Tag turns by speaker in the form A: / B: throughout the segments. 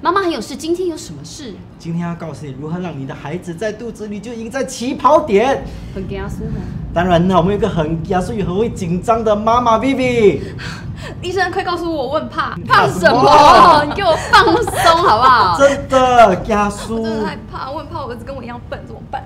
A: 妈妈很有事，今天有什么事？
B: 今天要告诉你如何让你的孩子在肚子里就赢在起跑点。
A: 很给他说哦。
B: 当然呢，我们有一个很严肃也很会紧张的妈妈 Vivi。
A: 医生，快告诉我，我很怕，
B: 怕
A: 怕
B: 什
A: 什
B: 么
A: 么？ 你给我放松好不好？
B: 真的，亚
A: 我
B: 叔
A: 真，的害怕，我很怕我儿子跟我一样笨，怎么办？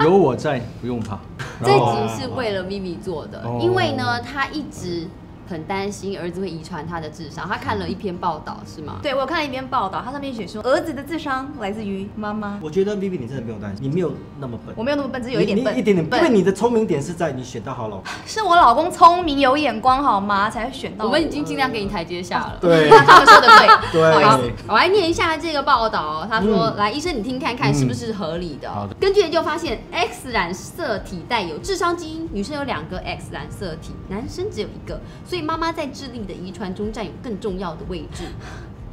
C: 有有我在，不用怕。
A: 这
C: 然后
A: 一
B: 哦
A: 集是为了 Vivi 做的
C: 哦，
A: 因为呢，她一直很担心儿子会遗传她的智商。她看了一篇报道，是吗？
D: 对，我有看了一篇报道，它上面写说儿子的智商来自于妈妈。
B: 我觉得 Vivi 你真的不用担心，你没有那么笨
D: 我。没有那么笨，只是有一点
B: 你
D: 笨，
B: 你一点点笨，因为你的聪明点是在你选到好老公。
D: 是我老公聪明有眼光好吗？才会选到
A: 我们已经尽量给你台阶下了。
B: 对
D: 他们说的对，不好意
B: 对
D: 思，
A: 我来念一下这个报道哦，他说：“
B: 嗯
A: 来，医生，你听看看是不是合理的,、
C: 嗯好的
A: 根据研究发现，X 染色体带有智商基因，女生有两个 X 染色体，男生只有一个，所以妈妈在智力的遗传中占有更重要的位置，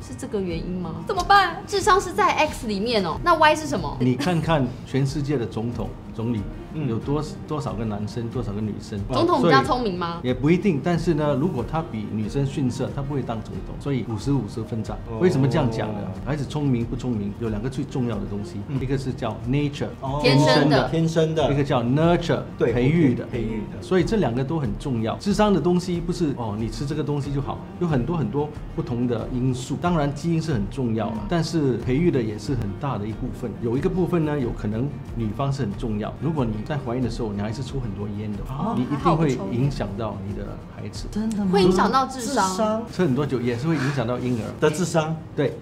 A: 是这个原因吗？
D: 怎么办？
A: 智商是在 X 里面哦，那 Y 是什么？
C: 你看看全世界的总统、总理
B: 嗯
C: 有多多少个男生，多少个女生？
A: 总统比
B: 哦
A: 较
C: 所以
A: 聪明啊吗？
C: 也不一定，但是呢，如果他比女生逊色，他不会当总统，所以五十五十分账
B: 哦。
C: 为什么这样讲呢？孩子聪明不聪明，有两个最重要的东西，
B: 嗯
C: 一个是叫 nature，
B: 哦
A: 天生的
B: 天生的
C: 一个叫 nurture，
B: 对
C: 培育的，
B: 培育的
C: 所以这两个都很重要。智商的东西不是哦，你吃这个东西就好，有很多很多不同的因素。当然，基因是很重要，但是培育的也是很大的一部分。有一个部分呢，有可能女方是很重要。如果你在怀孕的时候，你还是抽很多烟的，
B: 啊
C: 你一定会影响到你的孩 子。
B: 真的吗
A: 会影响到智商
C: 吃很多酒也是会影响到婴儿。
B: 的智商，
C: 对，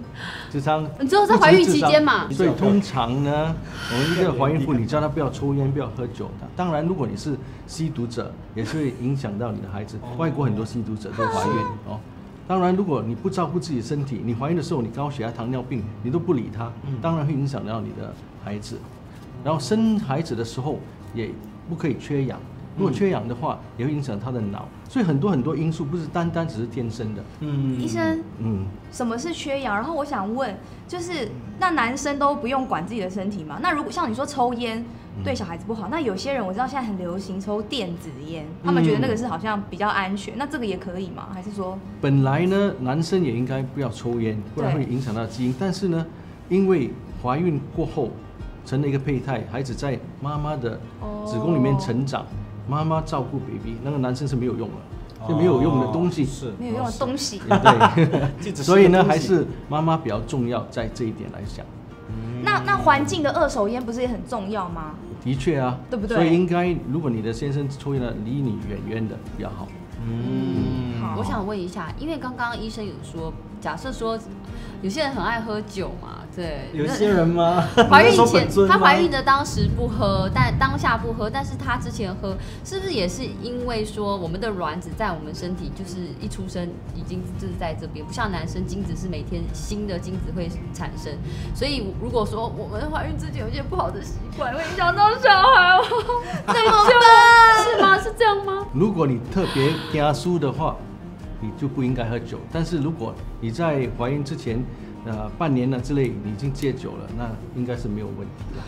C: 智商。
A: 你知道在怀孕期间嘛
C: 所以通常呢，我们一个怀孕妇女叫她不要抽烟、不要喝酒的。当然，如果你是吸毒者，也是会影响到你的孩子
B: 哦。
C: 外国很多吸毒者都怀孕哦。当然，如果你不照顾自己身体，你怀孕的时候你高血压、糖尿病，你都不理它
B: 嗯，
C: 当然会影响到你的孩子。然后生孩子的时候也不可以缺氧，如果缺氧的话，也会影响他的脑。所以很多很多因素，不是单单只是天生的。
B: 嗯
D: 医生，
C: 嗯。
D: 什么是缺氧？然后我想问，
B: 嗯
D: 就是那男生都不用管自己的身体吗？那如果像你说抽烟
B: 嗯
D: 对小孩子不好，那有些人我知道现在很流行抽电子烟，
B: 嗯
D: 他们觉得那个是好像比较安全，那这个也可以吗？还是说
C: 本来呢，男生也应该不要抽烟，不然
D: 对
C: 会影响到基因。但是呢，因为怀孕过后成了一个胚胎，孩子在妈妈的
D: 哦
C: 子宫里面成长，妈妈照顾 baby，那个男生是没有用了，就没有用的东西。
B: 哦是
D: 没有用的东西？
C: 对
B: 就只是个东西
C: 所以呢，还是妈妈比较重要，在这一点来讲，
B: 嗯
D: 那那环境的二手烟不是也很重要吗？
C: 的确啊，
D: 对不对
C: 所以应该，如果你的先生抽烟了，离你远远的比较好。
B: 嗯
D: 好
A: 我想问一下，因为刚刚医生有说，假设说有些人很爱喝酒嘛，对，
B: 有
A: 那
B: 些人 吗？
A: 怀
B: 你
A: 孕
B: 在说本
A: 前，
B: 尊
A: 她
B: 吗
A: 怀孕的当时不喝，但当下不喝，但是她之前喝，是不是也是因为说我们的卵子在我们身体就是一出生已经就是在这边，不像男生精子是每天新的精子会产生，所以如果说我们怀孕之前有一些不好的习惯，会影响到小孩 哦，对吗？是吗？是这样吗？
C: 如果你特别加输的话，你就不应该喝酒。但是如果你在怀孕之前，呃，半年了之类，你已经戒酒了，那应该是没有问题了。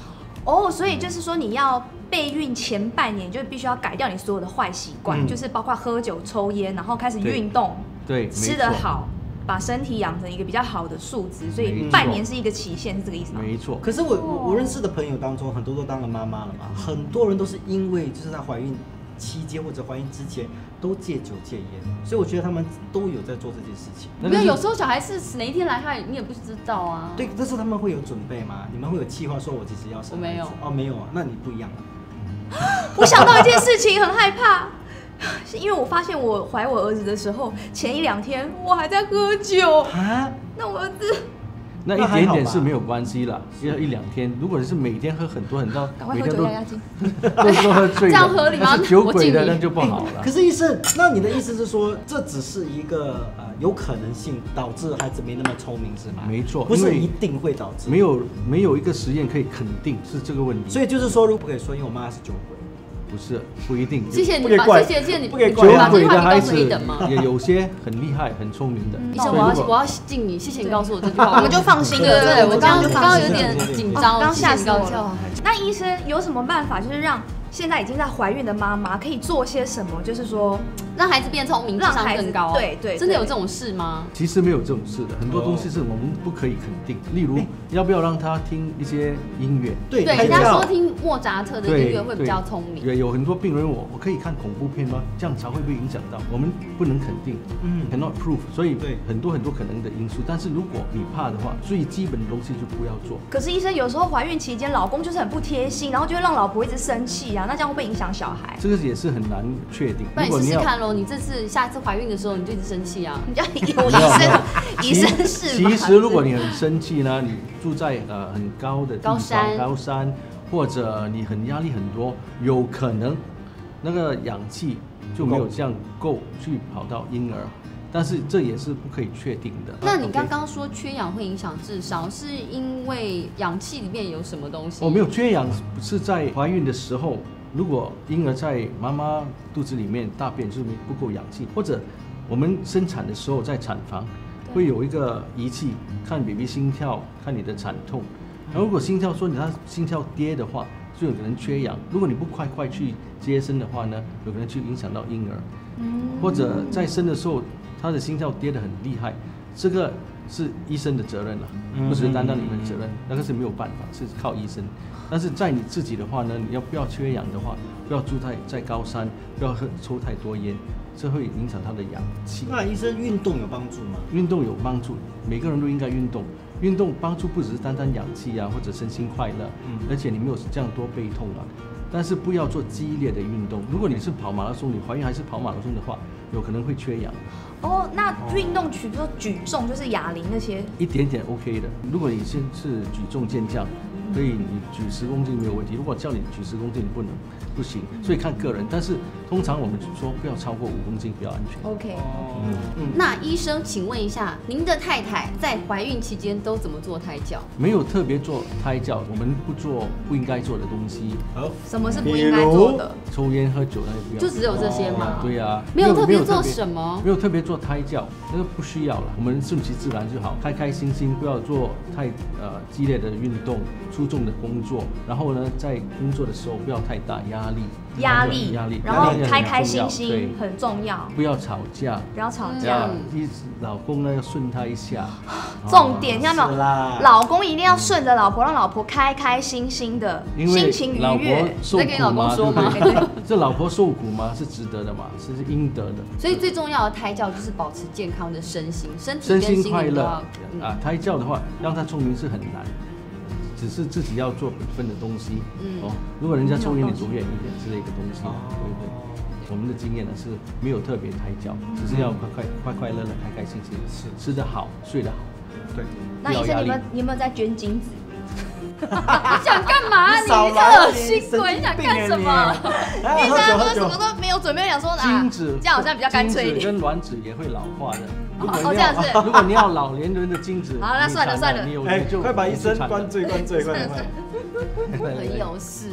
D: 哦，所以就是说你要备孕前半年就必须要改掉你所有的坏习惯，
C: 嗯
D: 就是包括喝酒、抽烟，然后开始
C: 对
D: 运动，
C: 对，
D: 吃
C: 没
D: 得
C: 错，
D: 好，把身体养成一个比较好的素质。所
C: 没
D: 以
C: 错
D: 半年是一个期限，是这个
A: 啊
D: 意思吗？
C: 没错。
B: 可是
A: 哦
B: 我我我认识的朋友当中，很多都当了妈妈了
A: 嗯
B: 嘛，很多人都是因为就是在怀孕期间或者怀孕之前都戒酒戒烟，所以我觉得他们都有在做这件事情。
C: 那
A: 没有，
C: 就是
A: 有时候小孩是哪一天来，他也你也不知道啊。
B: 对，但是他们会有准备吗？你们会有计划说我其实要
A: 我
B: 生
A: 没
B: 孩子
A: 有
B: 哦，没有啊，那你不一样了。
D: 我想到一件事情，很害怕。 是因为我发现我怀我儿子的时候，前一两天我还在喝酒，
B: 啊，
D: 那我儿子
C: 那
B: 那
C: 一
B: 还
C: 点
B: 好
C: 点
B: 吧
C: 是没有关系啦，要一两天。如果你是每天喝很多很 多
D: 赶，快
C: 每
D: 喝
C: 天
D: 酒
C: 都
D: 压压惊。
C: 都 都喝醉
A: 这
C: 了，
A: 样合理吗
C: 那是酒
A: 我
C: 鬼
A: 敬
C: 的
A: 你
C: 那就不好了
B: 可。是医生，那你的意思是说，这只是一个呃有可能性导致孩子没那么聪明是吗？
C: 没错
B: 不是
C: 因为
B: 一定会导致。
C: 没有没有一个实验可以肯定是这个问题，
B: 所以就是说，如果不可以说，因为我妈是酒鬼，
C: 不是不一定。
A: 谢谢
B: 不
A: 你
B: 给
A: 把，
B: 怪
A: 谢谢谢谢你
B: 不给
A: 你
B: 怪
A: 把这句话
C: 酒鬼的
A: 你告
C: 孩
A: 诉
C: 子
A: 一等吗？
C: 也有些很厉害、很聪明的。
A: 医
C: 所
A: 生，
C: 以
A: 我要
C: 哦如果
A: 我要敬你，谢谢你告诉我这句话，
D: 我们就放心了
A: 对对对，
D: 我
A: 我
D: 们
A: 刚
D: 这样就
A: 刚
D: 放
A: 刚
B: 心
A: 有
B: 了
A: 点
B: 对对对
A: 紧
D: 哦
A: 张，
D: 刚吓
A: 谢谢
D: 死
A: 你
D: 我
A: 告诉
D: 了。那医生有什么办法，就是让现在已经在怀孕的妈妈可以做些什么？就是说，
A: 让孩子变聪明，智
D: 让
A: 商
D: 孩子
A: 更高。哦
D: 对对
A: 真的有
D: 对
A: 这种事吗？
C: 其实没有这种事的，很多
B: 哦
C: 东西是我们不可以肯定。例如
B: 哎，
C: 要不要让他听一些音乐？
B: 对，
A: 对，
B: 拍
A: 人家
B: 照
A: 说听莫扎特的音乐会比较聪明。
C: 对有很多病人问我，我可以看恐怖片吗？这样才会被影响到。我们不能肯定，
B: 嗯
C: 嗯，cannot prove。所以
B: 对
C: 很多很多可能的因素。但是如果你怕的话，最基本的东西就不要做。
D: 可是医生有时候怀孕期间，老公就是很不贴心，然后就会让老婆一直生气啊，那这样会不会影响小孩？
C: 这个也是很难确定。
A: 那
C: 如
A: 你
C: 果
A: 试
C: 你
A: 试
C: 要
A: 看喽，你这次下一次怀孕的时候，你就一直生气啊。
D: 你叫 有医生，医生是
C: 其
D: 吗？
C: 其实如 果你很生气呢，你住在呃很高的地方
A: 高山
C: 高山，或者你很压力很多，有可能那个氧气就没有这样够去跑到婴儿，但是这也是不可以确定的。
A: 那你刚
C: OK
A: 刚说缺氧会影响智商，是因为氧气里面有什么东西？
C: 哦我没有缺氧，是在怀孕的时候，如果婴儿在妈妈肚子里面大便就是不够氧气，或者我们生产的时候在产房
A: 对
C: 会有一个仪器看 BB 心跳，看你的产痛。
A: 嗯
C: 然后如果心跳说你他心跳跌的话，就有可能缺氧。如果你不快快去接生的话呢，有可能去影响到婴儿。或者在生的时候，他的心跳跌得很厉害，这个是医生的责任了、
B: 嗯
C: 不是担当你们的责任，那个是没有办法，是靠医生。但是在你自己的话呢，你要不要缺氧的话，不要住在在高山，不要喝抽太多烟，这会影响他的氧气。
B: 那医生运动有帮助吗？
C: 运动有帮助，每个人都应该运动。运动帮助不只是单单氧气啊，或者身心快乐，
B: 嗯
C: 而且你没有这样多背痛啊。但是不要做激烈的运动。如果你是跑马拉松，你怀孕还是跑马拉松的话，有可能会缺氧，
D: 哦，那运动举，比如说举重，就是哑铃那些，
C: 一点点 OK 的。如果你先是举重健将，所以你举十公斤没有问题。如果叫你举十公斤，你不能，不行。所以看个人，但是通常我们说不要超过五公斤比较安全。
D: OK，
B: 哦，
A: 那医生，请问一下，您的太太在怀孕期间都怎么做胎教？
C: 没有特别做胎教，我们不做不应该做的东西，
B: 好，
D: 什么是不应该做的？
C: 抽烟喝酒那些不要。
A: 就只有这些吗？
C: 哦对呀、
A: 没有特别做
C: 没有
A: 什么
C: 没有特别做胎教，那个不需要了。我们顺其自然就好，开开心心，不要做太呃激烈的运动、出众的工作。然后呢，在工作的时候不要太大压力，
D: 压力，
C: 压力，
D: 然后
C: 压力很
D: 开开
C: 重要
D: 心心
C: 对，
D: 很重要，
C: 不要吵架。
D: 不要吵
A: 嗯
D: 架。
C: 呀，一老公呢要顺他 一下，
D: 重点，你看到没
B: 是
D: 有？
B: 啦
D: 老公一定要顺着老婆，让老婆开开心心的，
C: 因
D: 心
C: 为
D: 情
C: 老
D: 愉
C: 婆
D: 悦。
C: 受苦
A: 在
C: 嘛，
A: 跟老公说
C: 对
A: 吗
C: 不对？ 这老婆受苦嘛，是值得的嘛，是是应得的。
A: 所以最重要的胎教就是保持健康的身心，身体跟
C: 身
A: 心
C: 心
A: 灵
C: 快
A: 都
C: 乐
A: 要嗯
C: 啊，胎教的话，让他聪明是很难，只是自己要做本分的东西。
A: 嗯
C: 哦，如果人家抽烟，你走远一点之类的东西，
D: 哦
C: 对不对？我们的经验呢是没有特别胎教，
D: 嗯
C: 只是要快快快快乐乐、开开心心，吃吃得好，睡得好。
B: 对，
D: 那
C: 不要
D: 医生，
C: 压
D: 你
C: 力
D: 们你有没有在捐精子？
A: 你想干嘛？你这
B: 你少
A: 恶
B: 来
A: 心鬼，你想干什么？？
B: 你神经病啊你哎喝酒
D: 我
B: 喝
D: 什么
B: 酒，
D: 都没有准备，想说啊
C: 精，子
D: 这样好像比较干脆一
C: 精子
D: 点。
C: 跟卵子也会老化的。如
D: 哦
C: 果你
D: 这样
C: 要
D: 子
C: 如果你要老年人的精子，
D: 好那
C: 你
D: 算了
C: 产
D: 算了
C: 你有
B: 哎
C: 你，就
B: 快把医生
C: 你就产了
D: 哎
B: 灌醉灌醉，快点快点！
A: 很有事。